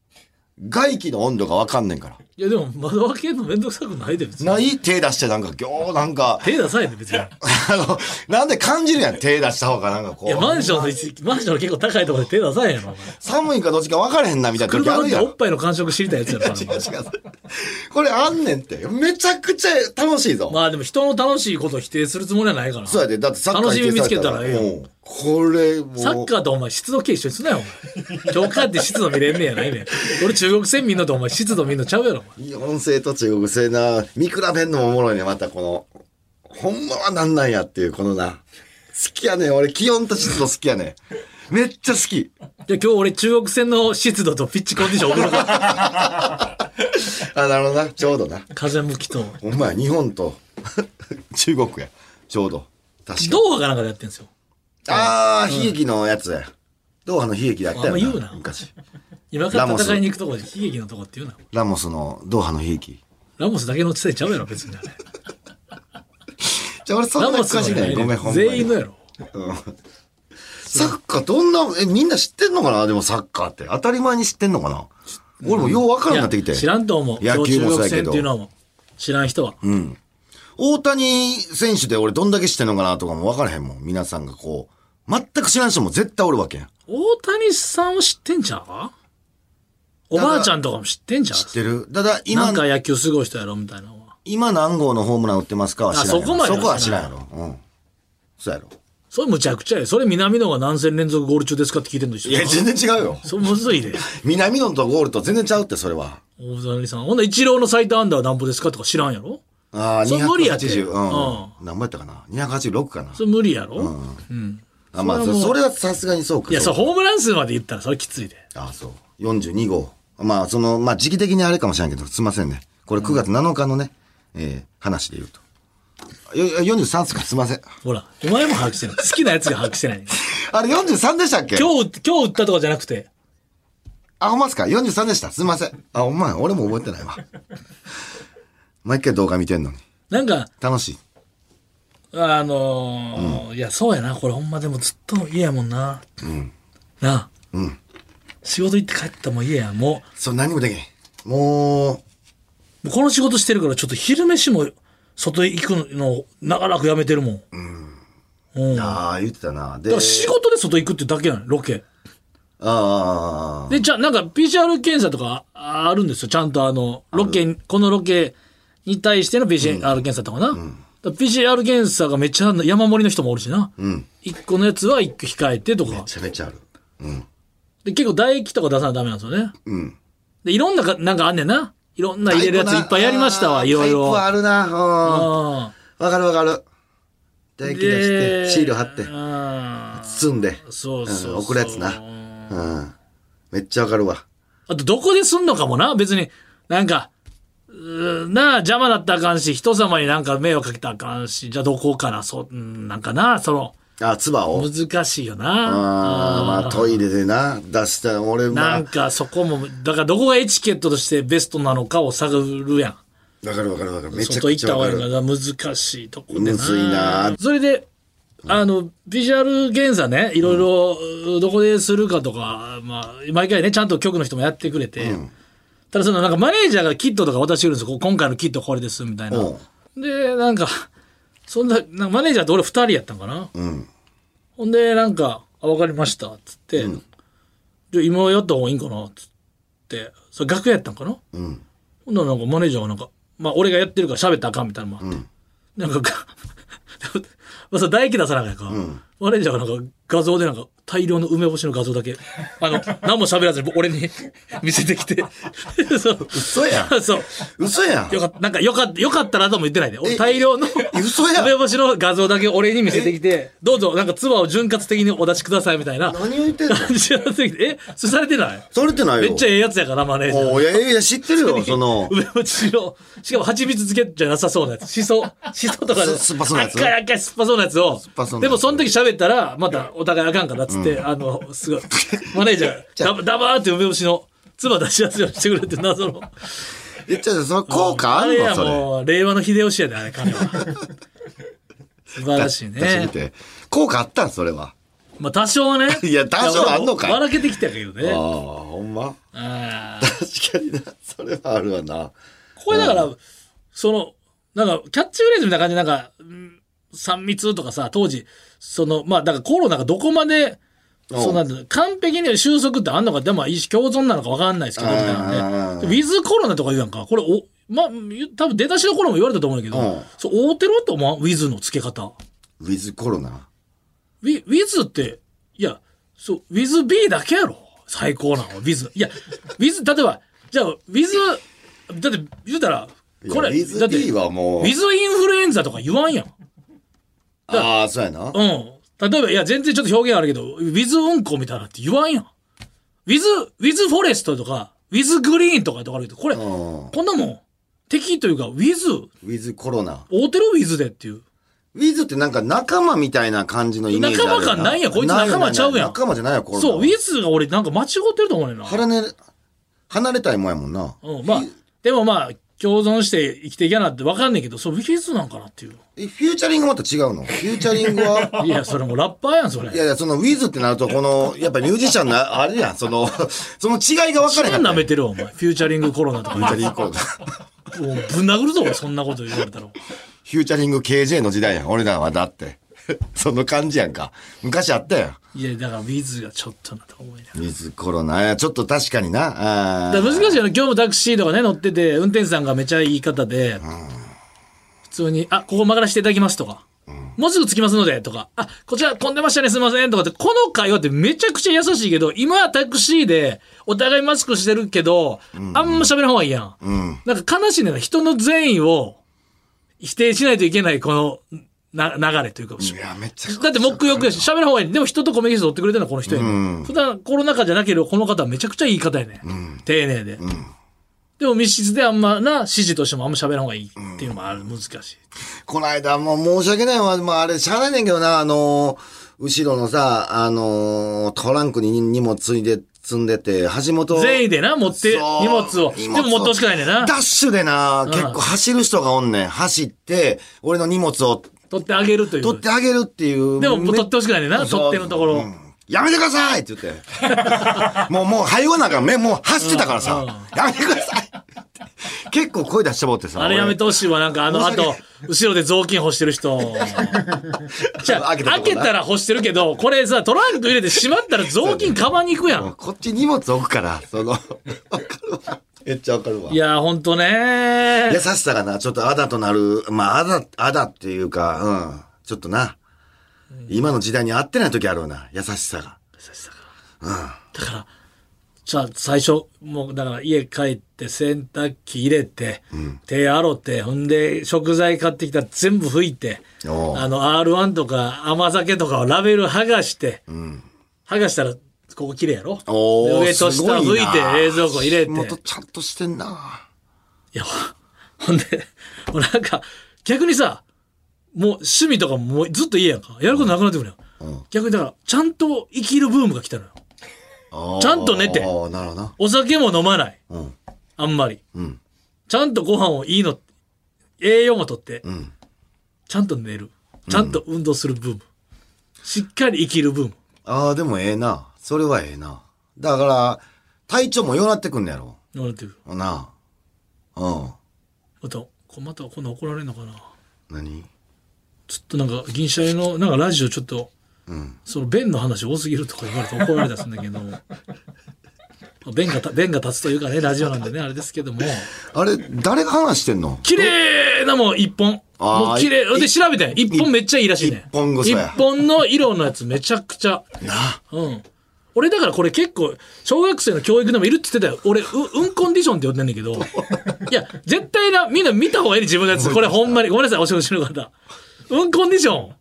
S3: 外気の温度が分かんねんから。
S4: いや、でも窓開けるのめんどくさくないで、別に。
S3: ない手出してなんか、今日なんか、
S4: 手出さないで、別に。
S3: あの、なんで感じるやん。手出した方がなんかこ
S4: いや、マ
S3: う。
S4: ンションの一、マンションの結構高いところで手出さへんやろ、お前。
S3: 寒いかどっちか分からへんなみ たいな時
S4: 車
S3: あ
S4: 乗っ
S3: る
S4: て
S3: や
S4: おっ
S3: ん。
S4: ぱいの感触知りたいやつや ろ、それお前
S3: これあんねんって。めちゃくちゃ楽しいぞ。
S4: まあでも人の楽しいことを否定するつもりはないから。
S3: そうやで。だってサッカー否定さ
S4: 楽
S3: れ
S4: しみ見つけたらええやん
S3: うんこれもう。
S4: サッカーとお前湿度計一緒にすなよ、お前。今日帰って湿度見れんねやないねん。俺中国戦見んのとお前湿度見んのちゃうやろ、お前。
S3: 日本製と中国製な、見比べんのもおもろいね、またこの、ほんまはなんなんやっていう、このな、好きやねん、俺気温と湿度好きやねん。めっちゃ好き。
S4: じゃあ今日俺中国戦の湿度とピッチコンディション送るから。
S3: あ、なるほどな、ちょうどな。
S4: 風向きと。
S3: お前、日本と 中国や、ちょうど。確かに。
S4: ドーハかなんかでやってんすよ。
S3: あー、悲劇のやつや。ドーハの悲劇だったよな。
S4: あんま言うな
S3: 昔。
S4: 今から戦いに行くとこで悲劇のとこっていうな。
S3: ラモスのドーハの悲劇。
S4: ラモスだけの地帯ちゃうやろ、別にあれ。
S3: じゃあ俺そ
S4: ラ
S3: んな
S4: モス
S3: 詳しく
S4: のや
S3: ない。
S4: り
S3: ごめん、ほんまに。
S4: 全員のやろ。
S3: サッカーどんな、え、みんな知ってんのかなでもサッカーって。当たり前に知ってんのかな俺もようわからんようになってき
S4: い
S3: て。
S4: や知らんと思う。
S3: 野
S4: 今日
S3: 球
S4: 中
S3: もそう
S4: 国
S3: やけ
S4: 戦っ
S3: ど
S4: ていうのはもう。知らん人は。
S3: 大谷選手で俺どんだけ知ってんのかなとかもわからへんもん。皆さんがこう。全く知らん人も絶対おるわけやん。
S4: 大谷さんを知ってんちゃうおばあちゃんとかも知ってんちゃう
S3: 知ってるただ
S4: な
S3: 今
S4: ん、か野球すごい人やろみたいなのは。
S3: 今何号のホームラン打ってますかは知らんやろ。
S4: あそこまでは
S3: そこは知らんやろ。うん。そうやろ。
S4: それむちゃくちゃや。それ南野が何戦連続ゴール中ですかって聞いてんの一緒
S3: いや、全然違うよ。
S4: それむずいで。
S3: 南野とゴールと全然ちゃうって、それは。
S4: 大谷さん。ほんな一郎の最多アンダーは何歩ですかとか知らんやろ
S3: ああ、
S4: それ無理やって
S3: 280。
S4: う
S3: うん。何もやったかな ?286 かな
S4: それ無理やろ、
S3: あ、まあ、そそれはさすがにそうか。
S4: いや、そ
S3: そ
S4: うれホームラン数まで言ったらそれきついで。
S3: ああ、そう。42号。まあ、その、まあ、時期的にあれかもしれんけど、すいませんね。これ9月7日のね、えー話で言うと。よよ43っすかすいません。
S4: ほら、お前も把握してない。好きなやつが把握してない。
S3: あれ43でしたっけ
S4: 今日、今日打ったとかじゃなくて、
S3: あ、ほんまっすか ?43 でした。すいません。あ、お前、俺も覚えて ないわ。毎回動画見てんのに。
S4: なんか、
S3: 楽しい。
S4: あのーいや、そうやな。これほんまでもずっと家やもんな。なあ。仕事行って帰ったらもう家や。も
S3: そう、何もできない。もう、
S4: う、もうこの仕事してるからちょっと昼飯も外行くの長らくやめてるもん。うん。だか
S3: ああ、言ってたな。で、
S4: ら仕事で外行くってだけやん、ロケ。
S3: ああ、
S4: で、じゃあなんか PCR 検査とかああるんですよ。ちゃんとあの、ロケ、このロケに対しての PCR 検査とかな。だから PCR 検査がめっちゃ山盛りの人もおるしな。一1個のやつは1個控えてとか
S3: め。ちゃめちゃある。
S4: で、結構唾液とか出さないとダメなんですよね。
S3: うん。
S4: で、いろんなか、なんかあんねんな。いろんな入れるやついっぱいやりましたわ、
S3: あー
S4: いろい
S3: タイプ
S4: ろ。
S3: はあるな。うん
S4: あ
S3: わかるわかる。唾液出して、シール貼って、
S4: あ
S3: 包んで、
S4: そうそうそう
S3: うん送るやつな。うん。めっちゃわかるわ。
S4: あと、どこですんのかもな。別に、なんか、うーなあ、邪魔だったらあかんし、人様になんか迷惑かけたらあかんし、じゃあどこから、そう、うんなんかな、その、
S3: あ、唾を。
S4: 難しいよ
S3: ああ、
S4: な。
S3: まあトイレでな、出したら俺、ま
S4: な
S3: あ
S4: ん、かそこも、だからどこがエチケットとしてベストなのかを探るやん。
S3: わかるわかるわかる。めちゃ
S4: 外
S3: く
S4: 行っ
S3: ち
S4: た
S3: ゃ
S4: 方がい
S3: わか
S4: いか
S3: る。
S4: ら難しいとこで
S3: むずいな。
S4: それで、あの、ビジュアル検査ね、いろいろ、どこでするかとか、まあ、毎回ね、ちゃんと局の人もやってくれて、ただその、なんかマネージャーがキットとか渡してくるんですよ。こう今回のキットこれです、みたいな。で、なんか、そんな、なんかマネージャーと俺二人やったんかな。
S3: うん。
S4: ほんで、なんか、あ、わかりました、つって、じゃあ今やった方がいいんかな、つって、それ楽屋やったんかな。
S3: うん。
S4: ほんならなんかマネージャーがなんか、まあ俺がやってるから喋ったらあかんみたいなのもあって。なんかが、まあさ、唾液出さなきゃいかん、マネージャーがなんか画像でなんか大量の梅干しの画像だけ、あの、何も喋らずに俺に 見せてきて。 そう。
S3: 嘘や ん。
S4: そう。
S3: 嘘やん。
S4: よかった、なんかよかった、よかったらとも言ってないで。俺大量の
S3: 嘘やん
S4: 梅干しの画像だけ俺に見せてきて、どうぞ、なんか唾を潤滑的にお出しくださいみたいな。
S3: 何を言ってん の
S4: 感じになってきてえ、それされてない
S3: それってない
S4: め
S3: よ。
S4: っちゃええやつやから、マネージャー。
S3: おいや、いや、知ってる よ、その。
S4: 梅干しの、しかも蜂蜜漬けじゃなさそうなやつ。しそ、しそとかで。
S3: す酸っぱそうなやつ
S4: 赤い赤い酸っぱそうなやつを
S3: ぱそう。な
S4: で
S3: やつ
S4: もその時喋ったら、またお互いあかんからっつって、あの、すごい、マネージ ャーが、ダバダバーって梅干しの、唾出しやすいようにしてくれって謎の。
S3: え、ちょ、その効果あ
S4: れ
S3: んの
S4: や
S3: それ。
S4: もう、令和の秀吉やで、あれ、 彼は。素晴らしい
S3: 出して
S4: ね
S3: み。て。効果あったんそれは。
S4: まあ、多少はね。
S3: いや多少はあんのかい
S4: いや俺も笑けてきたけど
S3: ああ、
S4: ね。
S3: ほんま。
S4: あー
S3: 確かにな。それはあるわな。
S4: これだから、その、なんか、キャッチフレーズみたいな感じで、なんか、うん三密とかさ、当時、その、まあ、だからコロナがどこまで、
S3: うん
S4: そうなんていうの完璧に収束ってあんのか、でも、一種共存なのか分かんないですけど、みたいな
S3: あ
S4: ね。
S3: ー
S4: ウィズコロナとか言うやんか、これ、お、まあ、多分出だしの頃も言われたと思うんだけど、
S3: うん
S4: そう、大手ロと思うウィズの付け方。
S3: ウィズコロナ。
S4: ウィ、ウィズって、いや、そう、ウィズ B だけやろ。最高なの、ウィズ。いや、ウィズ、例えば、じゃあ、ウィズ、だって、言うたら、これ、
S3: いやウィ
S4: だ
S3: ズ
S4: って、
S3: B はも
S4: ウ
S3: う
S4: ィ。ズインフルエンザとか言わんやん。
S3: ああ、そうやな。
S4: うん。例えば、いや、全然ちょっと表現あるけど、ウィズうんこみたいなって言わんやん。ウィズ、ウィズフォレストとか、ウィズグリーンとかとかあるけど、これ、
S3: う
S4: こ
S3: ん。ウ
S4: んなもん、敵というか、ウィズ、
S3: ィズコロナ。
S4: 大手のウィズでっていう。
S3: ウィズってなんか仲間みたいな感じのイメージあるよ
S4: 仲間感ないやんこいつ仲間ちゃうやん
S3: 仲間じゃないよ、コロナは。
S4: そう、ウィズが俺なんか間違ってると思うねんな。
S3: 離れ、離れたいもんやもんな。
S4: うん、まあ、でもまあ、共存して生きていけなって分かんねえけど、そう、ウィズなんかな っていう。
S3: え、フューチャリングまた違うのフューチャリングは
S4: いや、それもうラッパーやん、それ。
S3: いやいや、そのウィズってなると、この、やっぱミュージシャンな、あれやん、その、その違いが分か
S4: そ
S3: れへ
S4: ん
S3: ん。
S4: な舐めてるわ、お前。フューチャリングコロナとか言って。
S3: フューチャリングコロナ。
S4: もうぶん殴るぞ、俺そんなこと言われたら。
S3: フューチャリング KJ の時代やん、俺らはだって。 その感じやんか。昔あったやん。
S4: いや、だから、ウィズがちょっとなと思いなが
S3: ウィズコロナ。いやちょっと確かにな。
S4: ら。
S3: あ
S4: だ
S3: ー
S4: から難しいよね。今日もタクシーとかね、乗ってて、運転手さんがめちゃ言い方で、普通に、あ、ここ曲がらせていただきますとか、もうすぐ着きますので、とか、あ、こちら混んでましたね、すいません、とかって、この会話ってめちゃくちゃ優しいけど、今はタクシーで、お互いマスクしてるけど、あんま喋らん方がいいやん。なんか悲しいねんな。人の善意を否定しないといけない、この、な、流れというか、
S3: いや、めっちゃ。
S4: だって目標やし、喋る方がいい。でも人とコミュニケーション取ってくれてるのはこの人やね、ん。普段コロナ禍じゃなければこの方はめちゃくちゃいい方やね、ん。丁寧で。でも密室であんまな、指示としてもあんま喋らん方がいいっていうのもある。難しい。
S3: この間、もう申し訳ないわ。まあ、あれ、しゃあないねんけどな、あのー後ろのさ、あのートランクに荷物ついで、積んでて、橋本。
S4: 善意でな、持って、
S3: そう
S4: 荷物を。で
S3: 荷
S4: も持ってほしくないねんな
S3: ダ。ッシュでな、結構走る人がおんねん。走って、俺の荷物を
S4: 取ってあげるという。
S3: 取ってあげるっていう。
S4: でも、
S3: め
S4: 取ってほしくないねんな、 取ってのところ。
S3: うんやめてくださいって言 って。もう、もう、早うなんか目、もう走ってたからさ、やめてくださいって結構声出してもってさ。
S4: あれやめてほしいわ、なんかあの、あ
S3: 申し訳
S4: と、後ろで雑巾干してる人。 じゃあ、
S3: 開けたとこ
S4: 開
S3: な
S4: けたら干してるけど、これさ、トランク入れてしまったら雑巾カバンに行くや
S3: 俺。
S4: ん。
S3: こっち荷物置くから、その、わかるわ。めっちゃわかるわ。
S4: いやー、ほんとね
S3: 優しさがな、ちょっとあだとなる、まあ、あだ、あだっていうか、うん。ちょっとな、今の時代に合ってない時あるよな、優しさが。
S4: だから、じゃあ最初、もうだから家帰って洗濯機入れて、手洗って、ほんで食材買ってきたら全部拭いて、あ
S3: おう
S4: の R1 とか甘酒とかをラベル剥がして、剥がしたらここ綺麗やろ
S3: おー
S4: で上と
S3: す
S4: 下
S3: ごい
S4: 拭い
S3: な
S4: て冷蔵庫入れ
S3: もっと
S4: て。
S3: ちゃんとしてんな。
S4: いや、ほんで、もうなんか逆にさ、もう趣味とかももうずっと家やんか。やることなくなってくるよ。逆にだから、ちゃんと生きるブームが来たのよ。ち
S3: ち
S4: ゃんと寝て
S3: なるほどな。
S4: お酒も飲まない。
S3: ん
S4: あんまり、ちゃんとご飯をいいの、栄養もとって、
S3: ん
S4: ちゃんと寝る。ちゃんと運動するブーム。しっかり生きるブーム。
S3: ああ、でもええな。それはええな。だから、体調もようなってくんねやろ。
S4: 言われてる。
S3: なあ。うん。
S4: また、こまた今度怒られるのかな。
S3: 何
S4: ちょっとなんか、銀シャリの、なんかラジオちょっと、その弁の話多すぎるとか言われて怒られたりするんだけど、まあ弁がた、弁が立つというかね、ラジオなんでね、あれですけども、
S3: あれ、誰が話してんの
S4: 綺麗なもん、一本。
S3: あー
S4: もう綺麗。
S3: い
S4: で、調べてん。一本めっちゃいいらしいね。
S3: 一本ぐさや
S4: 一本の色のやつめちゃくちゃ。うん。俺だからこれ結構、小学生の教育でもいるって言ってたよ。俺、う、うんコンディションって呼んでんねんけど。いや、絶対な、みんな見た方がいいね自分のやつ。これほんまに。ごめんなさい、お仕事してる方。うんコンディション。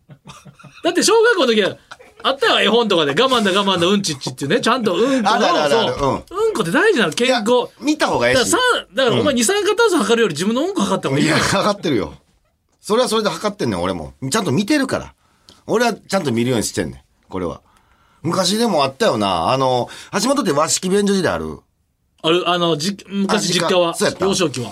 S4: だって小学校の時は、あったよ、絵本とかで。我慢だ我慢だ、うんちっちっていうね。ちゃんとうんこ
S3: あるある
S4: の、
S3: あるある
S4: そう。うんこって大事なの、健康。
S3: 見た方がええ
S4: だから
S3: し
S4: さ。だからお前二酸化炭素測るより自分の音楽測った方がい
S3: い
S4: いよ
S3: や、測ってるよ。それはそれで測ってんねん、俺も。ちゃんと見てるから。俺はちゃんと見るようにしてんねん、これは。昔でもあったよな。あの、橋本って和式便所時代ある。
S4: あるあのじ昔
S3: あ実
S4: 実
S3: 家
S4: 家は
S3: そうやった
S4: 幼少期は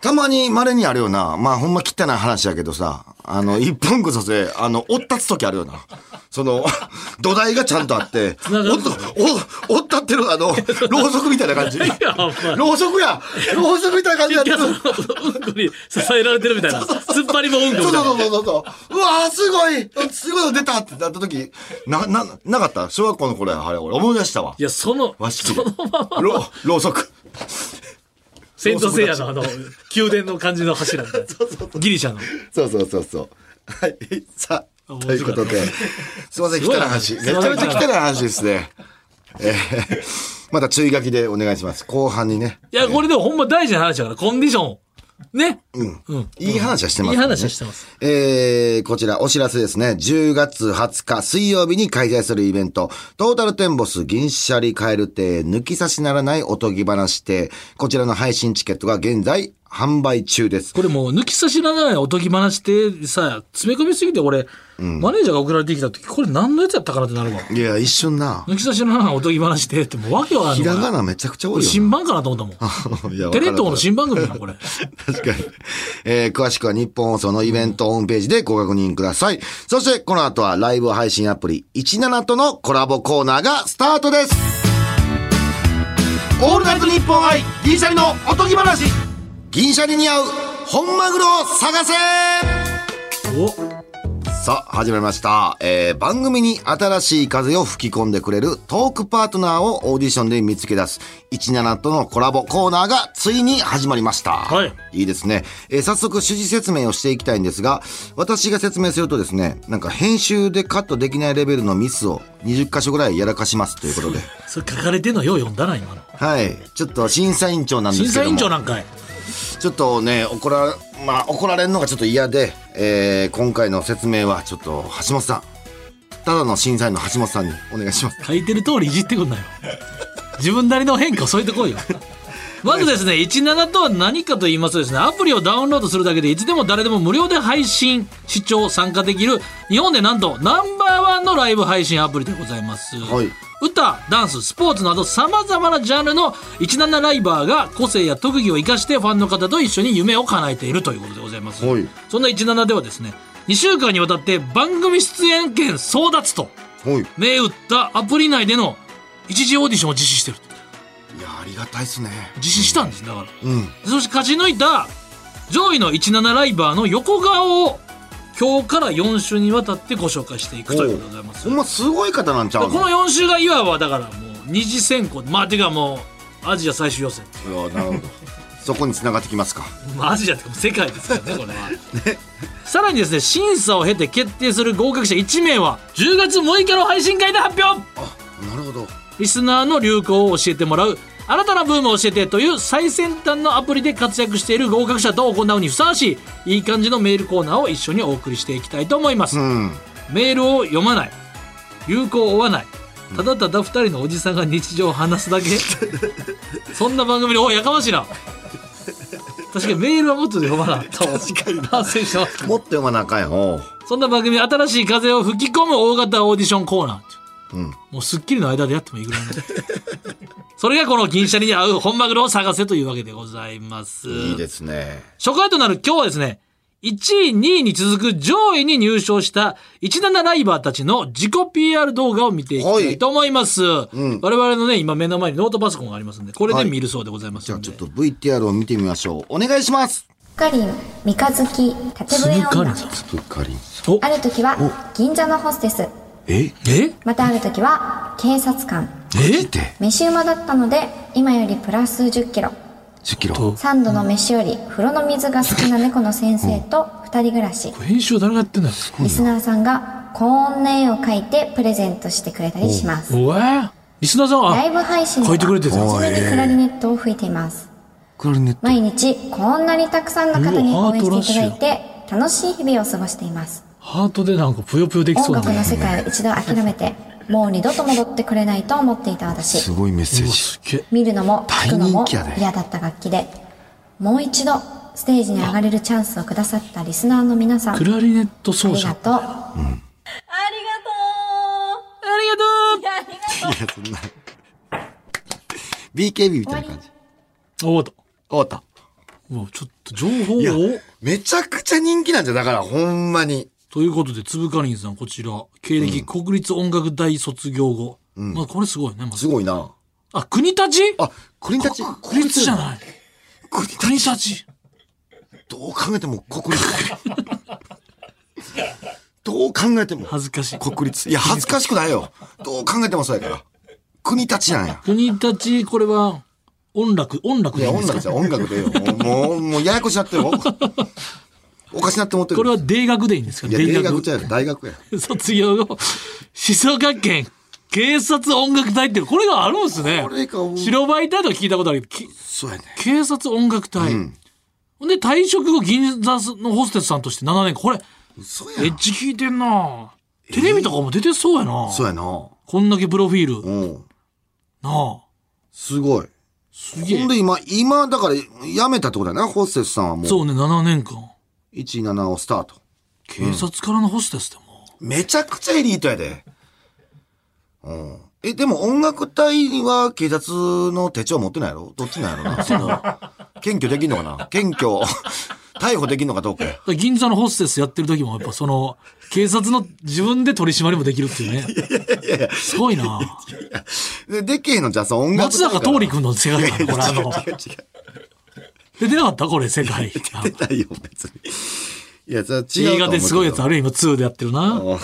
S3: たまに稀にあるよな。まあほんま汚い話やけどさ、あ の、一本ぐそせ、あの、おったつ時あるよな。その、土台がちゃんとあって、お
S4: ながる
S3: っと、お、おったってる あの、ろうそくみたいな感じ。
S4: やお前
S3: ろうそくやろうそくみたいな感じやって
S4: いや
S3: る
S4: そのうんこに支えられてるみたいな突っ張りもうんこみたい
S3: そうそう
S4: な
S3: そうそうそう。うわーすごいすごいの出たってなった時、な、な、なかった小学校の頃や、あれ、俺思い出したわ
S4: い。やその
S3: 和式。
S4: そのまま
S3: ろう、ろうそく。
S4: セントセイヤのあの宮殿の感じの柱みたいなギリシャの
S3: そうそうそうそう。はい。さあ、
S4: 面白
S3: と
S4: い
S3: いうことで、すいません、
S4: す
S3: 汚
S4: ごい
S3: い
S4: な
S3: 話。め
S4: す
S3: ち
S4: ごい
S3: ゃ
S4: な
S3: めちゃ汚い話ですね。えー、また注意書きでお願いします。後半にね。
S4: いやこれでもほんま大事な話だからコンディションね
S3: うん。
S4: うん
S3: いい話はしてます、
S4: いい話はしてます。
S3: えー、こちらお知らせですね。10月20日水曜日に開催するイベント、トータルテンボス銀シャリカエル亭抜き差しならないおとぎ話亭。こちらの配信チケットが現在販売中です。
S4: これもう抜き差しならないおとぎ話ってさ詰め込みすぎて俺マネージャーが送られてきた時これ何のやつやったかなってなるわ
S3: いや、一瞬な。
S4: 抜き差しなら ないおとぎ話ってってもうわけわかん
S3: ひら
S4: な
S3: が
S4: い
S3: なめちゃくちゃ 多いよ
S4: 新版かなと思ったもん
S3: な。いやわか
S4: テ
S3: る
S4: レ東の新番組なのこれ
S3: 確かに。えー詳しくは日本放送のイベントホームページでご確認ください。そして、この後はライブ配信アプリ17とのコラボコーナーがスタートです。
S1: オールナイトニッポン愛銀シャリのおとぎ話
S3: 銀シャリに合う本マグロを探せ
S4: お
S3: さあ、始まりました。えー番組に新しい風を吹き込んでくれるトークパートナーをオーディションで見つけ出す17とのコラボコーナーがついに始まりました。
S4: はい
S3: いいですね。えー早速趣旨説明をしていきたいんですが、私が説明するとですね、なんか編集でカットできないレベルのミスを20箇所ぐらいやらかしますとい うことで。
S4: それ書かれてんのよう読んだな今の
S3: はい。ちょっと審査委員長なんで
S4: 審
S3: すけ
S4: 査委
S3: ど
S4: 員
S3: も。
S4: 長なんかい
S3: ちょっとね、怒ら、まあ怒られるのがちょっと嫌で、えー今回の説明はちょっと橋本さん。ただの審査員の橋本さんにお願いします。
S4: 書いてる通りいじってくんなよ自分なりの変化を添えてこいよまずですね17とは何かと言いますとですねアプリをダウンロードするだけでいつでも誰でも無料で配信視聴参加できる日本でなんとナンバーワンのライブ配信アプリでございます、
S3: はい
S4: 歌ダンススポーツなどさまざまなジャンルの17ライバーが個性や特技を生かしてファンの方と一緒に夢を叶えているということでございます、
S3: はい
S4: そんな17ではですね2週間にわたって番組出演権争奪と
S3: ほい。
S4: 銘打ったアプリ内での一時オーディションを実施してると
S3: いや、ありがたいっすね。
S4: 実施したんですだから
S3: うん。
S4: そして勝ち抜いた上位の17ライバーの横顔を今日から4週にわたってご紹介していくということでございます
S3: ほんますごい方なんちゃ
S4: こ
S3: うの
S4: の4週がいわばだからもう二次選考まあてかもうアジア最終予選
S3: いやなるほど。 そこに繋がってきますか。
S4: まあ、アジアってかもう世界ですから ねこれは、さらにですね審査を経て決定する合格者1名は10月6日の配信会で発表
S3: あ、なるほど。
S4: リスナーの流行を教えてもらう新たなブームを教えてという最先端のアプリで活躍している合格者と行うにふさわしいいい感じのメールコーナーを一緒にお送りしていきたいと思います、
S3: うん。
S4: メールを読まない流行を追わないただただ2人のおじさんが日常を話す だけそんな番組でおいやかましいな確かにメールはもっと読まなかった確かに反省してますけど
S3: もっと読まなあかんよ。
S4: そんな番組新しい風を吹き込む大型オーディションコーナーっていう
S3: うん。
S4: もう『スッキリ』の間でやってもいいぐらいの それがこの銀シャリに合う本マグロを探せというわけでございます
S3: いいですね。
S4: 初回となる今日はですね1位2位に続く上位に入賞した17ライバーたちの自己 PR 動画を見ていきたいと思います、
S3: うん
S4: 我々のね今目の前にノートパソコンがありますんでこれで見るそうでございます
S3: じゃあ
S4: ので、
S3: ちょっと VTR を見てみましょう。お願いします。
S2: かりん、三日月、竹笛女。
S3: つぶかりん。
S2: ある時は銀座のホステス、
S3: え
S4: え
S2: またある時は警察官。
S3: えって
S2: 飯馬だったので、今よりプラス10キロ。
S3: ?10 キロ。
S2: 三度の飯より風呂の水が好きな猫の先生と二人暮らし。
S4: 編集誰がやってんだよ
S2: リスナーさんが幸運な絵を描いてプレゼントしてくれたりします。
S4: おえリスナーさん
S2: ラ
S4: は
S2: イブ配信で
S4: 書いてくれてた
S2: は初めてクラリネットを吹いています。
S3: クラリネット。
S2: 毎日こんなにたくさんの方に
S4: うわ
S2: 応援
S4: ハートラッ
S2: してい
S4: シ
S2: た
S4: ュ
S2: だいて、楽しい日々を過ごしています。
S4: ハートでなんかぷよぷよできそ
S2: 音
S4: うだ
S2: 楽の
S4: ね
S2: 世界を一度諦めてもう二度と戻ってくれないと思っていた私
S3: ごいメッセ
S4: うわ。すっげえ
S2: 見るのも
S3: 大
S2: 聞くの
S3: 人
S2: も
S3: 気やで
S2: 嫌だった楽器でもう一度ステージに上がれるチャンスをくださったリスナーの皆さんあ
S4: ク
S2: り
S4: ラリネット奏者
S2: がとう
S5: あり
S4: ありが
S5: がとう
S4: とう
S5: いや、ありがとう
S3: いや、そんな。BKB みたいな感じ。
S4: おおと。
S3: 終わった。
S4: もうちょっと情報
S3: いや
S4: を、
S3: めちゃくちゃ人気なんじゃ、だからほんまに。
S4: ということで、つぶかりんさん、こちら、経歴、国立音楽大卒業後。まあ、これすごいね。まず
S3: すごいな。
S4: あ、国立
S3: あ、国立。。
S4: 国立じゃないい。国立。
S3: どう考えても国立。どう考えても。
S4: 恥ずかしい。
S3: 国立。いや、恥ずかしくないよ。どう考えてもそうやから。国立なんや。
S4: 国立、これは、音楽、音楽
S3: い
S4: でい
S3: や、
S4: いんで
S3: 音
S4: すか
S3: 楽じゃ音楽でよ。もう、もう、もうややこしなってるよ。おかしなって思ってる。
S4: これは、大学でいいんですか
S3: いや、大学ちゃうよ。大学や。
S4: 卒業後、静岡県警察音楽隊っていう、これがあるんですね
S3: こ。れが、
S4: 白バイ隊とか聞いたことあるけど、き
S3: そうやね。
S4: 警察音楽隊。ほんで、退職後、銀座のホステスさんとして7年間。これ、
S3: 嘘
S4: エ
S3: や
S4: ッ
S3: ん。
S4: ジ聞いてんなテレビとかも出てそうやな、
S3: そうやな。
S4: こんだけプロフィール。な
S3: うん。
S4: あ。
S3: すごい。
S4: すげえ
S3: ほん。で今、今、だから、辞めたってことやな、ホステスさんはもう。
S4: そうね、7年間。
S3: 17をスタート。
S4: 警察からのホステスでも。
S3: めちゃくちゃエリートやで。うん。え、でも音楽隊は警察の手帳持ってないやろどっちなんや ろな。その、検挙できんのかな検挙、 逮捕できんのかどうかや。
S4: だから銀座のホステスやってる時も、やっぱその、警察の自分で取り締まりもできるって いうね。すごいな
S3: で、でけへんのじゃあさ、音楽
S4: 松
S3: 隊から
S4: 坂桃李君の世界観、これあの。
S3: 違う違う
S4: 出てなかったこれ、世界。
S3: 出てないよ、別に。いや、じゃあ違うと思うけど。
S4: 映画ですごいやつあ
S3: る。
S4: るよ、今2でやってるな。
S3: う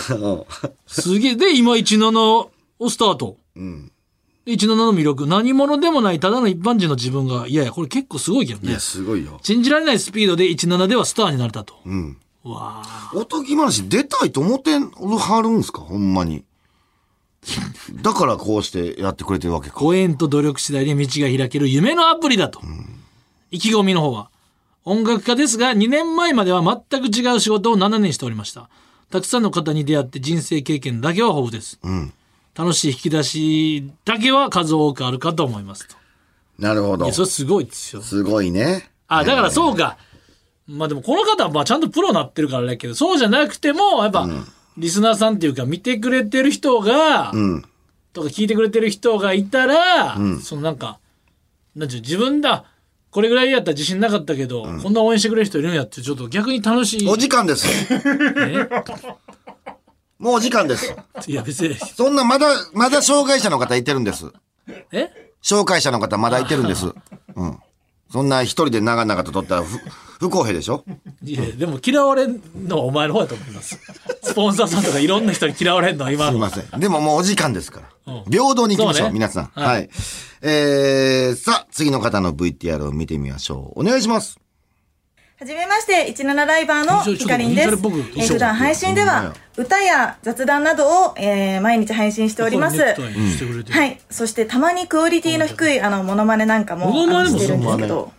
S4: すげえ。で、今17をスタート。
S3: ん。
S4: で17の魅力。何者でもない、ただの一般人の自分が、いやいや、これ結構すごいけど
S3: い
S4: ね
S3: や、。すごいよ。
S4: 信じられないスピードで17ではスターになれたと。
S3: うん。
S4: うわあ
S3: おとぎ話出たいと思ってるはるんすかほんまに。だからこうしてやってくれてるわけか。
S4: ご縁と努力次第で道が開ける夢のアプリだと。意気込みの方は。音楽家ですが、2年前までは全く違う仕事を7年しておりました。たくさんの方に出会って人生経験だけは豊富です。
S3: うん。
S4: 楽しい引き出しだけは数多くあるかと思いますと。
S3: なるほ
S4: い
S3: ど
S4: や、。それすごいですよ。
S3: すごいね。
S4: あ、だからそうか。まあでもこの方はまあちゃんとプロになってるからだけど、そうじゃなくても、やっぱ、リスナーさんっていうか見てくれてる人が、
S3: うん。
S4: とか聞いてくれてる人がいたら、そのなんか、なんちゅう、自分だ、これぐらいやったら自信なかったけど、こんな応援してくれる人いるんやってちょっと逆に楽しい
S3: お時間です。もうお時間です。
S4: いや別に
S3: そんなまだ、まだ障害者の方いてるんです。
S4: え
S3: 障害者の方まだいてるんです。うん。そんな一人で長々と取ったら不不公平でしょ
S4: いやでも嫌われんのはお前の方やと思い ますスポンサーさんとかいろんな人に嫌われんのは今
S3: すみ
S4: の
S3: ません。でももうお時間ですか
S4: う
S3: ら。
S4: ん
S3: 平等に行きまし
S4: そ
S3: ょう、
S4: うね
S3: 皆さん。
S4: はい
S3: はい。えー、さあ、次の方の VTR を見てみましょう。お願いします。
S6: はじめまして、17ライバーのひかりんです。
S4: ち
S6: え
S4: ょっとちょっとちょっと
S6: ー普段配信では、歌や雑談などを、えー毎日配信しております。
S4: ネクタイにしてくれてる
S6: はい。そして、たまにクオリティの低い、あの、モノマネなんかも、
S4: モノマネ
S6: あ
S4: も
S6: のしてるんですけ
S3: モノ
S6: ど。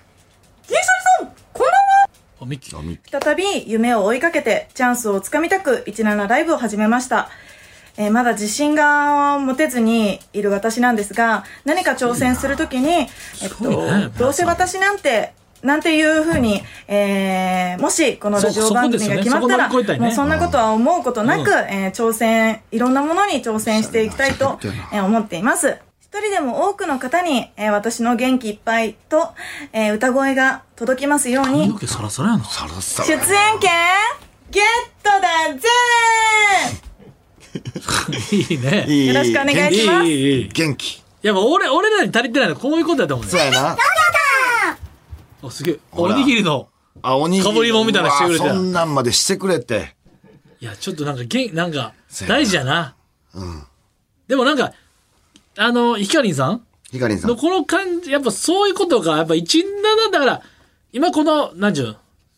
S6: 銀シャリさん、こんばんは
S4: あミッキー
S6: 再び夢を追いかけてチャンスをつかみたく17ライブを始めました、えーまだ自信が持てずにいる私なんですが何か挑戦するときに、えっ
S4: ごいね皆さ
S6: と
S4: ん、
S6: どうせ私なんてなんていうふうに、えーもしこのラジ
S4: そ
S6: オ
S4: そこ
S6: 番
S4: です
S6: 組
S4: よね
S6: が決まったら
S4: そこ乗り越えたいね
S6: もうそんなことは思うことなく、
S4: うん
S6: えー挑戦いろんなものに挑戦していきたいと
S3: そうだな
S6: えー思っています。一人でも多くの方に、えー私の元気いっぱいと、えー歌声が届きますよう
S4: 髪
S6: に
S4: の毛サラサラやな
S3: あらさ
S6: 出演権ゲットだぜ
S4: いいね
S6: よろしくお願い
S4: いい
S6: します
S4: いいいい
S3: 元気。
S4: やっぱ俺俺らに足りてないのはこういうことだと思う
S3: そう
S4: ね
S3: や な。
S4: あすげえ
S3: ほ
S4: お
S3: ら
S4: にぎりの
S3: あ、おにぎり。
S4: かぶりもんみたいなのしてくれて
S3: うわそんなんまでしてくれて。
S4: いやちょっとなんかげんなんか
S3: そうやな
S4: 大事やなでもなんかあのヒカリンさん
S3: ひかりんさ
S4: の
S3: ん。
S4: この感じやっぱそういうことがやっぱ17だから今この何十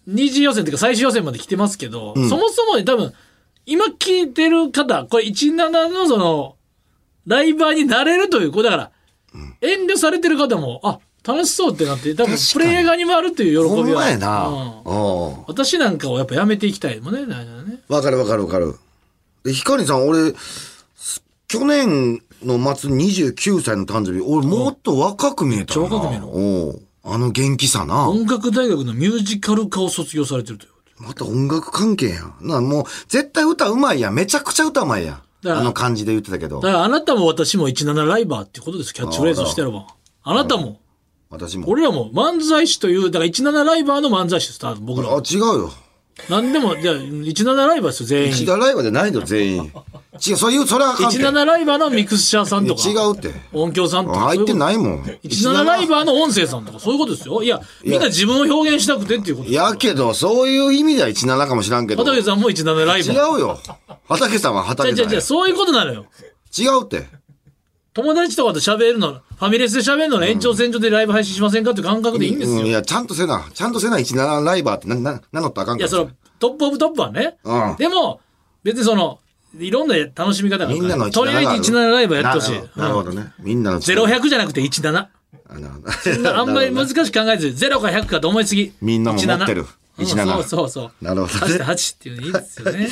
S4: 二次予選というか最終予選まで来てますけど、そもそもね多分今聞いてる方これ17のそのライバーになれるというこれだから、遠慮されてる方もあ楽しそうってなって多分
S3: 確かに
S4: プレイヤー側に回るという
S3: ほ
S4: 喜び
S3: ん
S4: は
S3: まやな。
S4: うん
S3: うん。
S4: 私なんかをやっぱやめていきたいもんねなんかね
S3: わかるわかるわかる。で、ひかりんさん、俺、す去年の末29歳の誕生日、俺もっと若く見えたな。
S4: めっちゃ若く見える
S3: おうあの元気さな。
S4: 音楽大学のミュージカル科を卒業されてるということ
S3: また音楽関係やん。な、もう、絶対歌うまいやん。めちゃくちゃ歌うまいやん。
S4: だから
S3: あの感じで言ってたけど
S4: だ。からあなたも私も17ライバーってことですキャッチフレーズをしてればあなたも、
S3: 私も。
S4: 俺らも漫才師という、だから17ライバーの漫才師です、多分僕ら
S3: あ
S4: は。、
S3: 違うよ。
S4: なんでも、じゃあ17ライバーですよ、全員。
S3: 石田ライブじゃないの、全員。違う、そういう、それはあかんて
S4: 17ライバーのミクスチャーさんとか。
S3: 違うって。
S4: 音響さんとか。
S3: 入って
S4: い
S3: ないもん。
S4: うこと。17ライバーの音声さんとか、そういうことですよ。いや、みんな自分を表現したくてっていうことですよ。
S3: やけど、そういう意味では17かもしらんけど。
S4: 畑さんも17ライバ
S3: 違う
S4: ー。
S3: よ。畑さんは
S4: じゃ
S3: 畑
S4: じ
S3: さ
S4: ゃ
S3: ん
S4: じ
S3: や。
S4: ゃそういうことなのよ。
S3: 違うって。
S4: 友達とかと喋るの、ファミレスで喋るのの延長線上でライブ配信しませんかっていう感覚でいいんですよ。
S3: うん、い
S4: い
S3: や、ちゃんとせな。ちゃんとせな、17ライバーってな、な、名乗ったらあかんから。
S4: や、その、トップオブトップはね。
S3: うん
S4: でも、別にその、いろんな楽しみ方がある
S3: み
S4: か
S3: んなの
S4: ら、
S3: 17
S4: とりあえず17ライブやってほしい。
S3: ななるほどね。みんなの。
S4: ゼロ百じゃなくて一七。
S3: あなるほど。
S4: あんまり難
S3: い。
S4: しく考えず、ゼロか百かと思いすぎ。
S3: みんなも持ってる
S4: 17
S3: 17
S4: うんそうそうそう。
S3: なるほ
S4: 足
S3: どね
S4: して八っていうのいいですよ ね。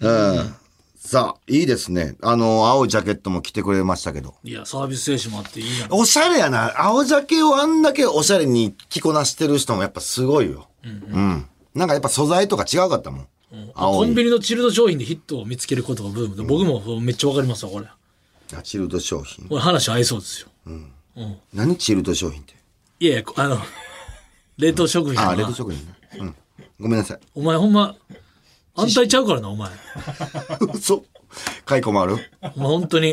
S3: うん。さあ、いいですね。あの、青いジャケットも着てくれましたけど。
S4: いや、サービス精神もあっていいな。
S3: おしゃれやな。青ジャケをあんだけおしゃれに着こなしてる人もやっぱすごいよ。うん。なんかやっぱ素材とか違うかったもん。青
S4: コ
S3: い
S4: ンビニのチルド商品でヒットを見つけることがブームで、僕もめっちゃわかりますわ、これ。
S3: あチルド商品。
S4: これ話合いそうですよ。
S3: 何チルド商品って。
S4: いやいや、あ の、冷凍食品
S3: あ、
S4: は
S3: レッド食品ね。うん。ごめんなさい。
S4: お前ほんま、安泰ちゃうからな、お前。
S3: 嘘。解雇もある
S4: お前本当に。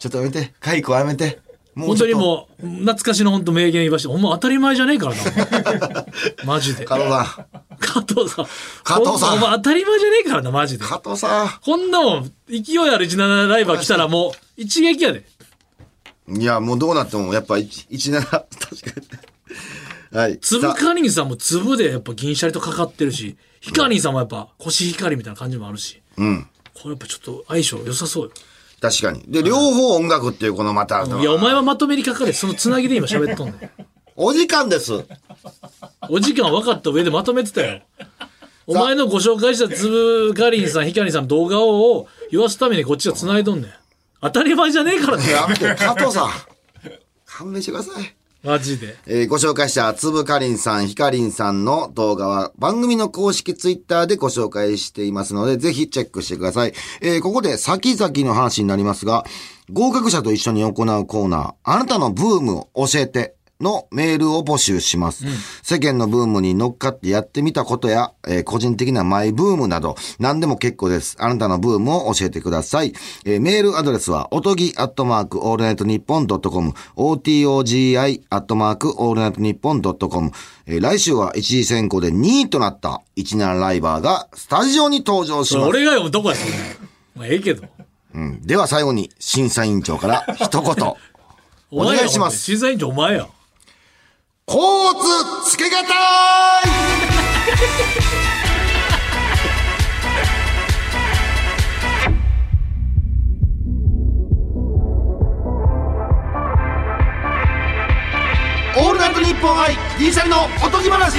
S3: ちょっとやめて。解雇やめて。も
S4: 本
S3: ち
S4: 当
S3: ょっ
S4: に
S3: と
S4: もう、懐かしの本当名言言いまして、ほんま当たり前じゃねえからな、 お前マジで。
S3: 加藤さん。
S4: 加藤さん。
S3: 加藤
S4: こな
S3: さん
S4: お前当たり前じゃねえからな、マジで。
S3: 加藤さ
S4: こんなもん、勢いある17ライバー来たらもう、一撃やで。
S3: ん。いや、もうどうなっても、やっぱ、一一七確かに。はい。
S4: 粒
S3: さ
S4: カリンさんも粒でやっぱ銀シャリとかかってるし、ヒカリンさんもやっぱ腰ヒカリみたいな感じもあるし、
S3: うん。
S4: これやっぱちょっと相性良さそうよ。
S3: 確かに。で、両方音楽っていう、このまた、
S4: いや、お前はまとめにかかれ、そのつなぎで今喋っとんねん。
S3: お時間です。
S4: お時間分かった上でまとめてた よ。お前のご紹介した粒カリンさん、ヒカリンさんの動画を言わすためにこっちは繋いどんねん。当たり前じゃねえからね。
S3: やめて、加藤さん。勘弁してください。
S4: マジで。
S3: えーご紹介したつぶかりんさん、ひかりんさんの動画は番組の公式ツイッターでご紹介していますので、ぜひチェックしてください。えーここで先々の話になりますが、合格者と一緒に行うコーナー、あなたのブームを教えてのメールを募集します。世間のブームに乗っかってやってみたことや、えー個人的なマイブームなど、何でも結構です。あなたのブームを教えてください。えーメールアドレスは、おとぎアットマークオールナイトニッポンドットコム、otogi アットマークオールナイトニッポンドットコム。えー来週は一次選考で2位となった17ライバーがスタジオに登場し
S4: それ
S3: ます。
S4: 俺が読むとこやそれまあええけど
S3: うんでは最後に審査委員長から 一言。お願
S4: 前
S3: い
S4: や
S3: します
S4: 審査委員長お前や
S3: コーツつけがたい
S1: オールナイトニッポン愛銀シャリのおとぎ話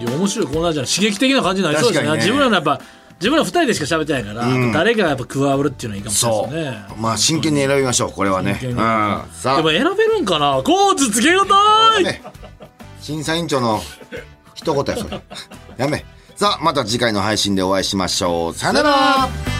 S4: いや面白いコーナーじゃん刺激的な感じになりそうですね
S3: 確かにね
S4: 自分らのやっぱ自分ら二人でしか喋ってないから、誰かがやっぱ加わるっていうのはいいかもしれ
S3: そ
S4: な
S3: う、
S4: いですね
S3: まあ真剣に選びましょうこれはね、
S4: 真
S3: う
S4: 剣
S3: ん、
S4: に
S3: さあ
S4: でも選べるんかなコーツつけがたい、
S3: ね審査委員長の一言やそれやめさあまた次回の配信でお会いしましょうさよなら